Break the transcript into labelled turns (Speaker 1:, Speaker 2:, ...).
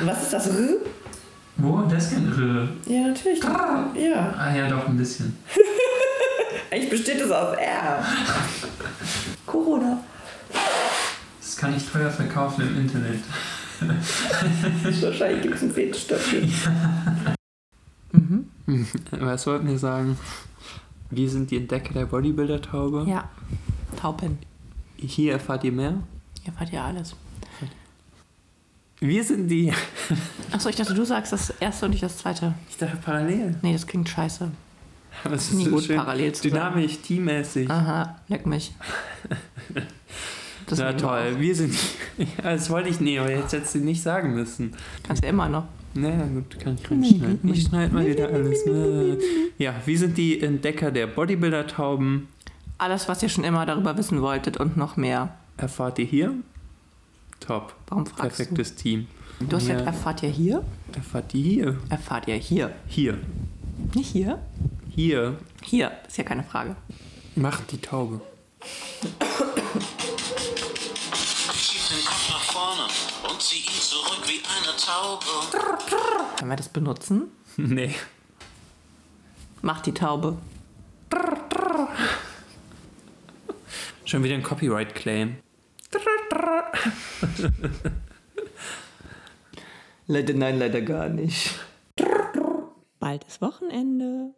Speaker 1: Was ist das? R?
Speaker 2: Wo? Das kann R.
Speaker 1: Ja, natürlich. Ja.
Speaker 2: Ah ja, doch, ein bisschen.
Speaker 1: Eigentlich besteht es aus R. Corona.
Speaker 2: Das kann ich teuer verkaufen im Internet.
Speaker 1: Wahrscheinlich gibt es einen Fetisch dafür. Mhm.
Speaker 2: Was wollten wir sagen? Wir sind die Entdecker der Bodybuilder-Taube.
Speaker 3: Ja. Taupen.
Speaker 2: Hier erfahrt ihr mehr.
Speaker 3: Ihr erfahrt ja alles.
Speaker 2: Wir sind die.
Speaker 3: Achso, ich dachte, du sagst das erste und ich das zweite.
Speaker 2: Ich dachte parallel.
Speaker 3: Nee, das klingt scheiße.
Speaker 2: Das
Speaker 3: Nie gut, parallel zu
Speaker 2: Dynamisch, teammäßig.
Speaker 3: Aha, leck mich. Das
Speaker 2: Na
Speaker 3: nehmen wir
Speaker 2: toll, wir sind. Ja, das wollte ich nicht, aber jetzt hättest du nicht sagen müssen.
Speaker 3: auch. Kannst ja immer noch.
Speaker 2: Naja, gut, kann ich reinschneiden. Ich schneide mal wieder alles. Ne? Ja, wir sind die Entdecker der Bodybuilder-Tauben.
Speaker 3: Alles, was ihr schon immer darüber wissen wolltet und noch mehr.
Speaker 2: Erfahrt ihr hier? Top.
Speaker 3: Warum fragst
Speaker 2: Perfektes Team.
Speaker 3: du? Du hast ja.
Speaker 2: Ja.
Speaker 3: erfahrt ihr hier?
Speaker 2: Erfahrt ihr hier?
Speaker 3: Erfahrt ihr hier.
Speaker 2: Hier.
Speaker 3: Nicht hier?
Speaker 2: Hier.
Speaker 3: Hier, ist ja keine Frage.
Speaker 2: Macht die Taube.
Speaker 4: Schieb den Kopf nach vorne und zieh ihn zurück wie eine Taube.
Speaker 3: Können wir das benutzen?
Speaker 2: Nee.
Speaker 3: Macht die Taube.
Speaker 2: Schon wieder ein Copyright-Claim.
Speaker 3: Leider nein, leider gar nicht. Bald ist Wochenende.